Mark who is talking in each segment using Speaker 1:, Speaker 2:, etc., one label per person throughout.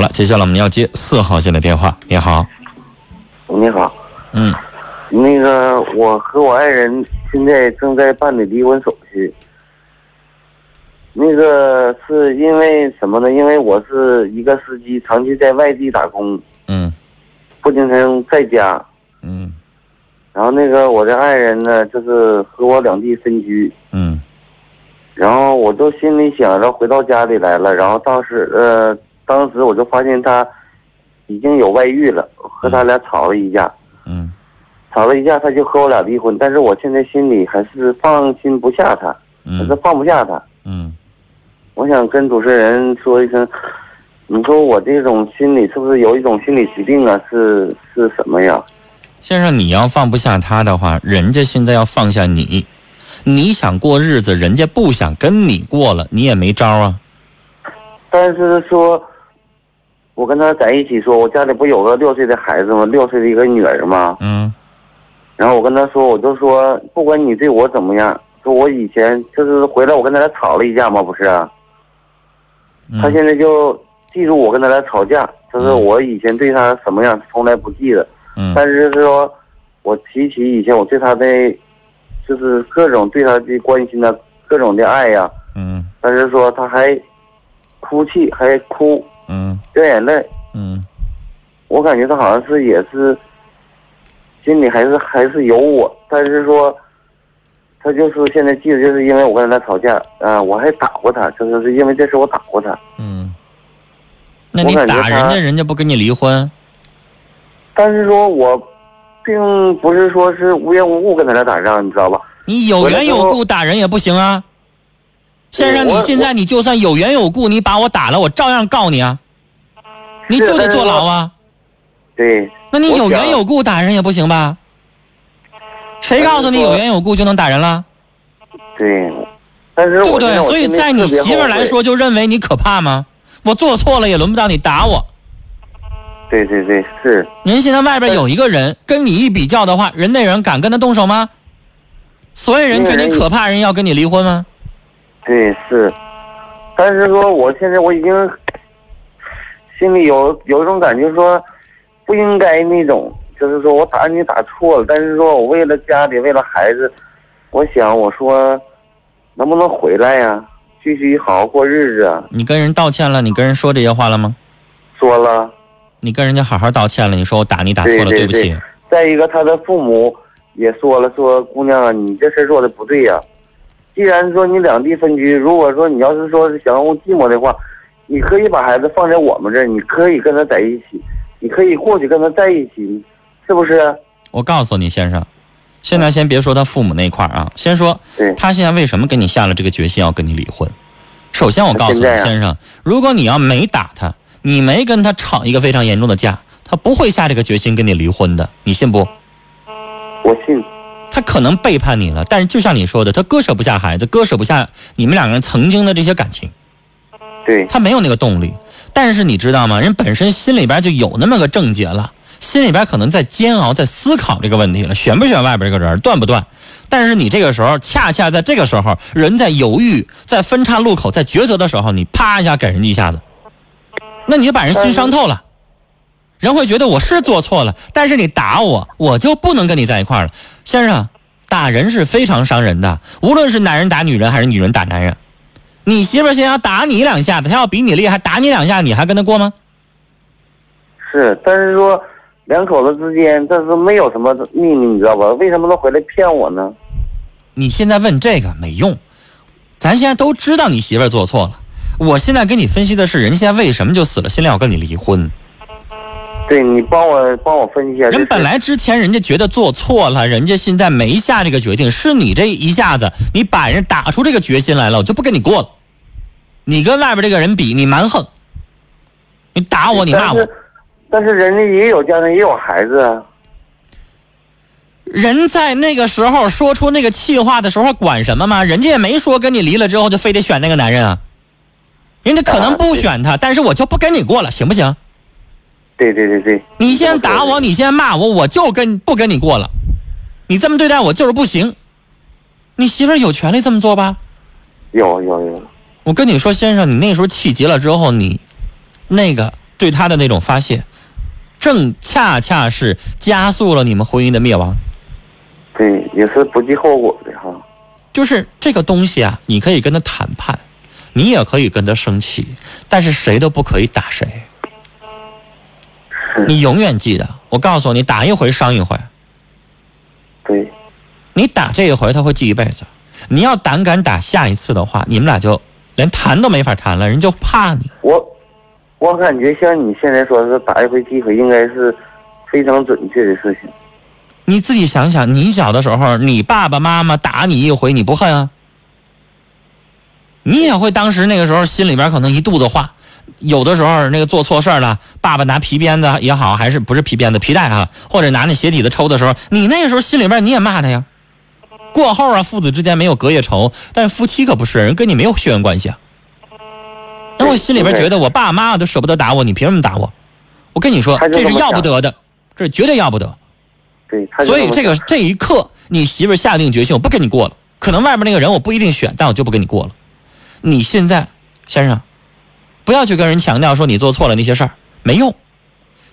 Speaker 1: 好了，接下来我们要接四号线的电话。你好，
Speaker 2: 你好，
Speaker 1: 嗯，
Speaker 2: 那个我和我爱人现在正在办理离婚手续。那个是因为什么呢？因为我是一个司机，长期在外地打工，
Speaker 1: 嗯
Speaker 2: 不经常在家。
Speaker 1: 嗯
Speaker 2: 然后那个我的爱人呢，就是和我两地分居。
Speaker 1: 嗯
Speaker 2: 然后我都心里想，然后回到家里来了，然后当时呃，当时我就发现他已经有外遇了，和他俩吵了一架。
Speaker 1: 嗯
Speaker 2: 吵了一架，他就和我俩离婚。但是我现在心里还是放心不下他，还是
Speaker 1: 嗯
Speaker 2: 放不下他。
Speaker 1: 嗯
Speaker 2: 我想跟主持人说一声，你说我这种心理是不是有一种心理疾病啊？是是什么呀？
Speaker 1: 先生，你要放不下他的话，人家现在要放下你。你想过日子，人家不想跟你过了，你也没招啊。
Speaker 2: 但是说，我跟他在一起说，我家里不有个六岁的孩子吗？六岁的一个女儿吗？
Speaker 1: 嗯
Speaker 2: 然后我跟他说，我就说，不管你对我怎么样，说我以前就是回来我跟他俩吵了一架嘛，不是、啊？
Speaker 1: 嗯
Speaker 2: 他现在就记住我跟他俩吵架，就是
Speaker 1: 嗯
Speaker 2: 我以前对他什么样从来不记得，
Speaker 1: 嗯
Speaker 2: 但是就是说我提起以前我对他的，就是各种对他的关心呐、各种的爱呀、
Speaker 1: 嗯
Speaker 2: 但是说他还哭泣，还哭
Speaker 1: 嗯
Speaker 2: 掉眼泪，
Speaker 1: 嗯
Speaker 2: 我感觉他好像是也是心里还是还是有我，但是说。他就是现在记得，就是因为我跟他吵架，啊、我还打过他，就是是因为这事我打过他。
Speaker 1: 嗯。那
Speaker 2: 我
Speaker 1: 你
Speaker 2: 感觉
Speaker 1: 打人
Speaker 2: 他
Speaker 1: 家，人家不跟你离婚？
Speaker 2: 但是说我并不是说是无缘无故跟他俩打仗，你知道吧？
Speaker 1: 你有缘有故打人也不行啊。先生，
Speaker 2: 我
Speaker 1: 你现在你就算有缘有故，你把我打了，我照样告你啊，你就得坐牢啊。
Speaker 2: 对，
Speaker 1: 那你
Speaker 2: 我
Speaker 1: 有
Speaker 2: 想
Speaker 1: 缘有故打人也不行吧？谁告诉你
Speaker 2: 但是说
Speaker 1: 有缘有故就能打人了，
Speaker 2: 对，但是
Speaker 1: 对不
Speaker 2: 我
Speaker 1: 对
Speaker 2: 现？我
Speaker 1: 所以
Speaker 2: 心里
Speaker 1: 在你
Speaker 2: 特别
Speaker 1: 媳妇儿
Speaker 2: 后
Speaker 1: 来
Speaker 2: 悔，
Speaker 1: 说，就认为你可怕吗？我做错了也轮不到你打我。
Speaker 2: 对对对，是
Speaker 1: 您现在外边有一个人跟你一比较的话，人那人敢跟他动手吗？所以人觉得
Speaker 2: 那
Speaker 1: 你
Speaker 2: 人
Speaker 1: 可怕，人要跟你离婚吗？
Speaker 2: 对是，但是说我现在我已经心里有有一种感觉说不应该那种，就是说我打你打错了，但是说我为了家里为了孩子，我想我说能不能回来呀、继续好好过日子啊？
Speaker 1: 你跟人道歉了，你跟人说这些话了吗？
Speaker 2: 说了。
Speaker 1: 你跟人家好好道歉了，你说我打你打错了，
Speaker 2: 对
Speaker 1: 对
Speaker 2: 对
Speaker 1: 不起。
Speaker 2: 再一个，他的父母也说了，说姑娘啊，你这事儿做的不对呀、既然说你两地分居，如果说你要是说是想让我寂寞的话，你可以把孩子放在我们这儿，你可以跟他在一起，你可以过去跟他在一起，是不是？
Speaker 1: 我告诉你，先生，现在先别说他父母那块儿啊，先说
Speaker 2: 对
Speaker 1: 他现在为什么跟你下了这个决心要跟你离婚。首先，我告诉你，
Speaker 2: 现在啊
Speaker 1: 先生，如果你要没打他，你没跟他吵一个非常严重的架，他不会下这个决心跟你离婚的，你信不？
Speaker 2: 我信。
Speaker 1: 他可能背叛你了，但是就像你说的，他割舍不下孩子，割舍不下你们两个人曾经的这些感情。
Speaker 2: 对
Speaker 1: 他没有那个动力。但是你知道吗？人本身心里边就有那么个症结了，心里边可能在煎熬，在思考这个问题了，选不选外边这个人，断不断。但是你这个时候，恰恰在这个时候，人在犹豫，在分岔路口，在抉择的时候，你啪一下给人家一下子，那你就把人心伤透了。人会觉得我是做错了，但是你打我，我就不能跟你在一块儿了，先生。打人是非常伤人的，无论是男人打女人还是女人打男人，你媳妇儿先要打你两下子，她要比你厉害，打你两下，你还跟她过吗？
Speaker 2: 是，但是说两口子之间这是没有什么秘密，你知道吧？为什么能回来骗我呢？
Speaker 1: 你现在问这个没用，咱现在都知道你媳妇儿做错了。我现在跟你分析的是，人现在为什么就死了心了要跟你离婚？
Speaker 2: 对你帮我帮我分析一下这事
Speaker 1: 人
Speaker 2: 儿。
Speaker 1: 本来之前人家觉得做错了，人家现在没下这个决定，是你这一下子你把人打出这个决心来了，我就不跟你过了。你跟外边这个人比，你蛮横，你打我，你骂我
Speaker 2: 但，是，但是人家也有家庭，也有孩子啊。
Speaker 1: 人在那个时候说出那个气话的时候，管什么吗？人家也没说跟你离了之后就非得选那个男人啊，人家可能不选他，但是我就不跟你过了，行不行？
Speaker 2: 对对对对，
Speaker 1: 你先打我，你先骂我，我就跟不跟你过了。你这么对待我就是不行，你媳妇儿有权利这么做吧？
Speaker 2: 有有有，
Speaker 1: 我跟你说，先生，你那时候气急了之后，你那个对他的那种发泄，正恰恰是加速了你们婚姻的灭亡。
Speaker 2: 对，也是不计后果的哈。
Speaker 1: 就是这个东西啊，你可以跟他谈判，你也可以跟他生气，但是谁都不可以打谁。你永远记得，我告诉你，打一回伤一回。
Speaker 2: 对，
Speaker 1: 你打这一回，他会记一辈子。你要胆敢打下一次的话，你们俩就连谈都没法谈了，人就怕你。
Speaker 2: 我我感觉像你现在说是打一回记一回，应该是非常准确的事情。
Speaker 1: 你自己想想，你小的时候，你爸爸妈妈打你一回，你不恨啊？你也会当时那个时候心里边可能一肚子话，有的时候那个做错事儿了，爸爸拿皮鞭子也好，还是不是皮鞭子皮带啊，或者拿那鞋底子抽的时候，你那个时候心里边你也骂他呀。过后啊，父子之间没有隔夜仇，但夫妻可不是，人跟你没有血缘关系啊。然后我心里边觉得，我爸妈都舍不得打我，你凭什么打我？我跟你说，
Speaker 2: 他就
Speaker 1: 这
Speaker 2: 这
Speaker 1: 是
Speaker 2: 么
Speaker 1: 要不
Speaker 2: 想
Speaker 1: 得的，这是绝对要不得。
Speaker 2: 对，他就
Speaker 1: 所以
Speaker 2: 么
Speaker 1: 这个这一刻，你媳妇儿下定决心，我不跟你过了。可能外面那个人我不一定选，但我就不跟你过了。你现在，先生，不要去跟人强调说你做错了那些事儿，没用。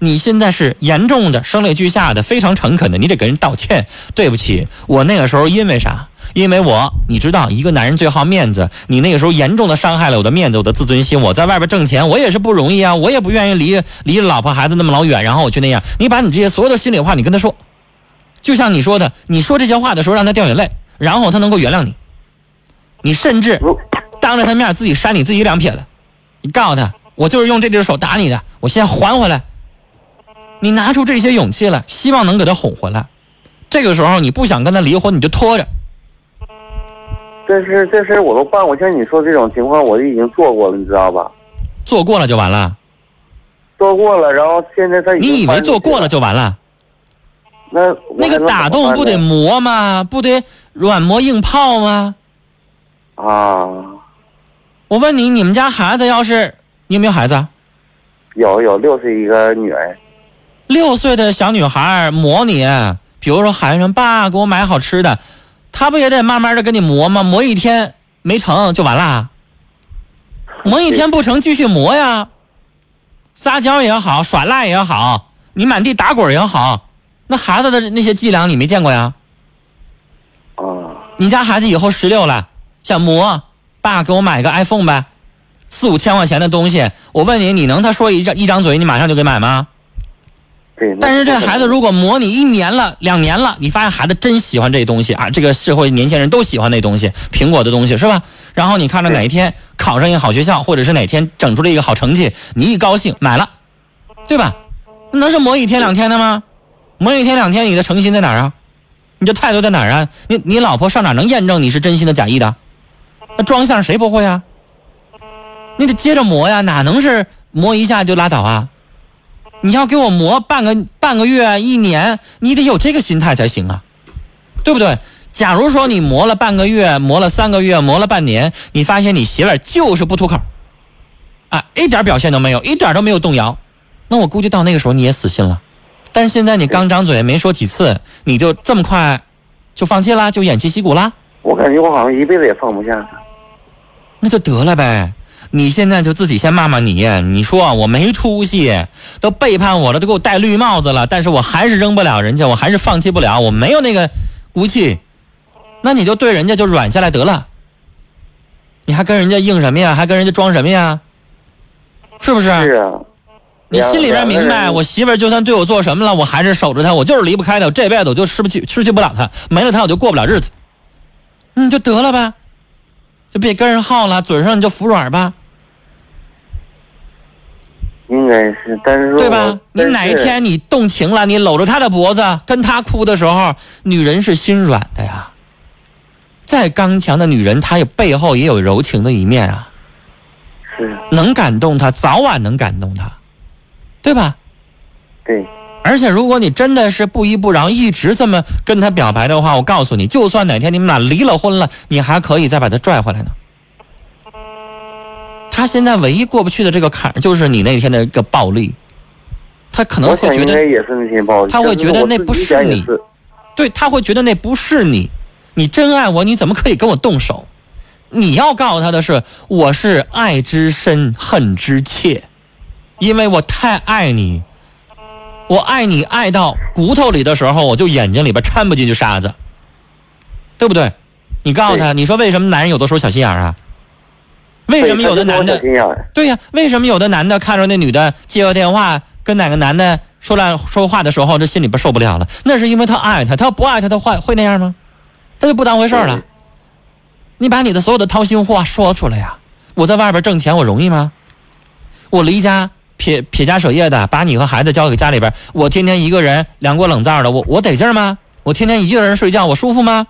Speaker 1: 你现在是严重的声泪俱下的，非常诚恳的，你得给人道歉。对不起，我那个时候因为啥？因为我，你知道，一个男人最好面子。你那个时候严重的伤害了我的面子，我的自尊心。我在外边挣钱，我也是不容易啊，我也不愿意离离老婆孩子那么老远，然后我去那样。你把你这些所有的心里话，你跟他说，就像你说的，你说这些话的时候让他掉眼泪，然后他能够原谅你。你甚至
Speaker 2: 如
Speaker 1: 当着他面自己扇你自己一两撇子，你告诉他，我就是用这只手打你的，我现在还回来。你拿出这些勇气来，希望能给他哄回来。这个时候你不想跟他离婚，你就拖着。
Speaker 2: 这事这事我都办过，像你说这种情况，我已经做过了，你知道吧？
Speaker 1: 做过了就完了。
Speaker 2: 做过了，然后现在他已经
Speaker 1: 你以为
Speaker 2: 搬出去
Speaker 1: 做过了就完了？
Speaker 2: 那我
Speaker 1: 那
Speaker 2: 还
Speaker 1: 个
Speaker 2: 能
Speaker 1: 打
Speaker 2: 怎么
Speaker 1: 动
Speaker 2: 办
Speaker 1: 不得
Speaker 2: 呢
Speaker 1: 磨吗？不得软磨硬泡吗？
Speaker 2: 啊？
Speaker 1: 我问你，你们家孩子要是你有没有孩子啊？
Speaker 2: 有有六十一个女儿，
Speaker 1: 六岁的小女孩磨你，比如说喊一声“爸，给我买好吃的”，她不也得慢慢的跟你磨吗？磨一天没成就完啦，磨一天不成继续磨呀，撒娇也好，耍赖也好，你满地打滚也好，那孩子的那些伎俩你没见过呀？
Speaker 2: 啊，
Speaker 1: 你家孩子以后十六了，想磨，爸给我买个 iPhone 呗，四五千块钱的东西，我问你，你能他说一张一张嘴，你马上就给买吗？
Speaker 2: 对。那
Speaker 1: 但是这
Speaker 2: 不可
Speaker 1: 孩子
Speaker 2: 能
Speaker 1: 如果磨你一年了、两年了，你发现孩子真喜欢这东西啊，这个社会年轻人都喜欢那东西，苹果的东西是吧？然后你看着哪一天考上一个好学校，或者是哪天整出了一个好成绩，你一高兴买了，对吧？能是磨一天两天的吗？磨啊一天两天，你的诚心在哪儿啊？你这态度在哪儿啊？你你老婆上哪儿能验证你是真心的假意的？那装相谁不会啊？你得接着磨呀，哪能是磨一下就拉倒啊？你要给我磨半个半个月、一年，你得有这个心态才行啊，对不对？假如说你磨了半个月、磨了三个月、磨了半年，你发现你媳妇儿就是不吐口，啊，一点表现都没有，一点都没有动摇，那我估计到那个时候你也死心了。但是现在你刚张嘴没说几次，你就这么快就放弃啦，就偃旗息鼓啦？
Speaker 2: 我感觉我好像一辈子也放不下他。
Speaker 1: 那就得了呗。你现在就自己先骂骂你，你说我没出息，都背叛我了，都给我戴绿帽子了，但是我还是扔不了人家，我还是放弃不了，我没有那个骨气。那你就对人家就软下来得了，你还跟人家硬什么呀？还跟人家装什么呀？是不是？
Speaker 2: 是啊，
Speaker 1: 你
Speaker 2: 两
Speaker 1: 心里边明
Speaker 2: 两个
Speaker 1: 白，
Speaker 2: 人
Speaker 1: 我媳妇儿就算对我做什么了，我还是守着她，我就是离不开她，我这辈子我就失不去，失去不了她，没了她我就过不了日子，你就得了呗，就别跟人耗了，嘴上你就服软吧，
Speaker 2: 应该是，但是说
Speaker 1: 对
Speaker 2: 我
Speaker 1: 吧？你
Speaker 2: 但
Speaker 1: 哪一
Speaker 2: 是
Speaker 1: 天你动情了，你搂着她的脖子跟她哭的时候，女人是心软的呀。再刚强的女人，她也背后也有柔情的一面啊，
Speaker 2: 是
Speaker 1: 能感动她，早晚能感动她，对吧？
Speaker 2: 对
Speaker 1: 而且，如果你真的是不依不饶，一直这么跟他表白的话，我告诉你，就算哪天你们俩离了婚了，你还可以再把他拽回来呢。他现在唯一过不去的这个坎儿，就是你那天的一个暴力，他可能
Speaker 2: 我
Speaker 1: 会
Speaker 2: 想
Speaker 1: 觉
Speaker 2: 应
Speaker 1: 得
Speaker 2: 该，也是那些暴力，
Speaker 1: 他会
Speaker 2: 就是
Speaker 1: 觉得
Speaker 2: 我
Speaker 1: 那
Speaker 2: 自
Speaker 1: 不
Speaker 2: 己
Speaker 1: 是
Speaker 2: 想也
Speaker 1: 你对他会觉得那不是你，你真爱我，你怎么可以跟我动手？你要告诉他的是，我是爱之深，恨之切，因为我太爱你，我爱你爱到骨头里的时候，我就眼睛里边掺不进去沙子，对不对？你告诉他，你说为什么男人有的时候小心眼儿啊？为什么有的男的？对呀、为什么有的男的看着那女的接个电话，跟哪个男的说烂说话的时候，这心里边受不了了？那是因为他爱他，他要不爱他，他会会那样吗？他就不当回事儿
Speaker 2: 嗯
Speaker 1: 了。你把你的所有的掏心话说出来呀、我在外边挣钱，我容易吗？我离家撇撇家舍业的，把你和孩子交给家里边，我天天一个人凉锅冷灶的，我我得劲儿吗？我天天一个人睡觉，我舒服吗？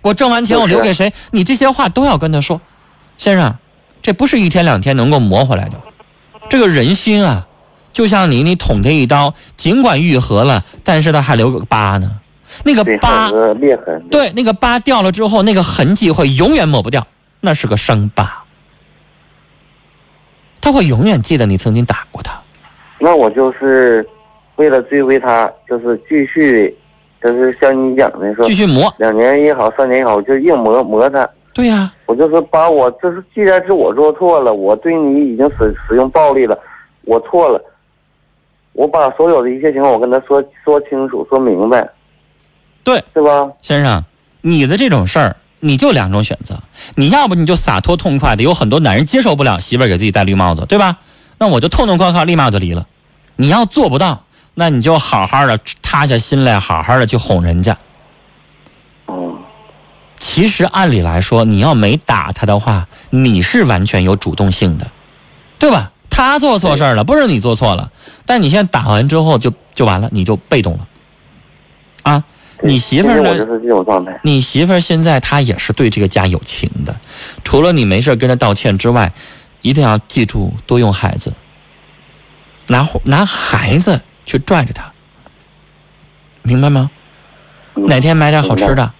Speaker 1: 我挣完钱我留给谁？你这些话都要跟他说，先生，这不是一天两天能够磨回来的。这个人心啊，就像你，你捅他一刀，尽管愈合了，但是他还留个疤呢。那个
Speaker 2: 对，还
Speaker 1: 疤
Speaker 2: 有个裂痕。
Speaker 1: 对，那个疤掉了之后，那个痕迹会永远抹不掉，那是个伤疤。他会永远记得你曾经打过他。
Speaker 2: 那我就是为了追回他，就是继续，就是像你讲的说，
Speaker 1: 继续磨，
Speaker 2: 两年也好，三年也好，我就硬磨磨他。
Speaker 1: 对呀、
Speaker 2: 我就是把我，这是既然是我做错了，我对你已经使使用暴力了，我错了，我把所有的一切情况我跟他说说清楚，说明白，
Speaker 1: 对，
Speaker 2: 是吧？
Speaker 1: 先生，你的这种事儿，你就两种选择，你要不你就洒脱痛快的，有很多男人接受不了媳妇儿给自己戴绿帽子，对吧？那我就痛痛快快，立马就离了。你要做不到，那你就好好的塌下心来，好好的去哄人家。
Speaker 2: 嗯，
Speaker 1: 其实按理来说，你要没打他的话，你是完全有主动性的，对吧？他做错事儿了，不是你做错了。但你现在打完之后就就完了，你就被动了，啊！
Speaker 2: 对
Speaker 1: 你媳妇儿
Speaker 2: 现在我
Speaker 1: 呢
Speaker 2: 就？是这种状态。
Speaker 1: 你媳妇儿现在她也是对这个家有情的，除了你没事儿跟她道歉之外，一定要记住多用孩子，拿拿孩子去拽着她，明白吗？
Speaker 2: 嗯
Speaker 1: 哪天买点好吃的，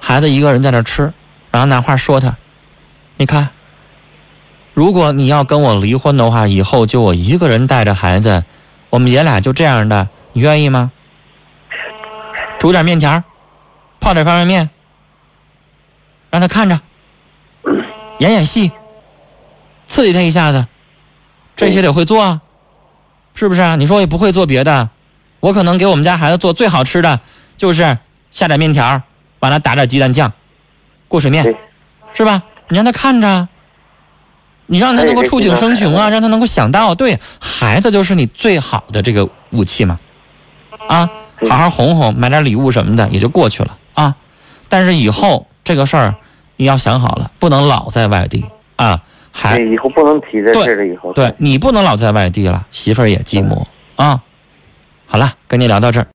Speaker 1: 孩子一个人在那儿吃，然后拿话说他，你看，如果你要跟我离婚的话，以后就我一个人带着孩子，我们爷俩就这样的，你愿意吗？煮点面条儿，泡点方便面，让他看着，演演戏，刺激他一下子，这些得会做啊，是不是啊？你说我也不会做别的，我可能给我们家孩子做最好吃的，就是下点面条儿，完了打点鸡蛋酱，过水面
Speaker 2: 对，
Speaker 1: 是吧？你让他看着啊，你让他能够触景生情啊，让他能够想到，对孩子就是你最好的这个武器嘛，啊，
Speaker 2: 对
Speaker 1: 好好哄哄，买点礼物什么的也就过去了啊。但是以后这个事儿你要想好了，不能老在外地啊，还
Speaker 2: 对，以后不能提这事儿了。以后
Speaker 1: 对你不能老在外地了，媳妇儿也寂寞啊。好了，跟你聊到这儿。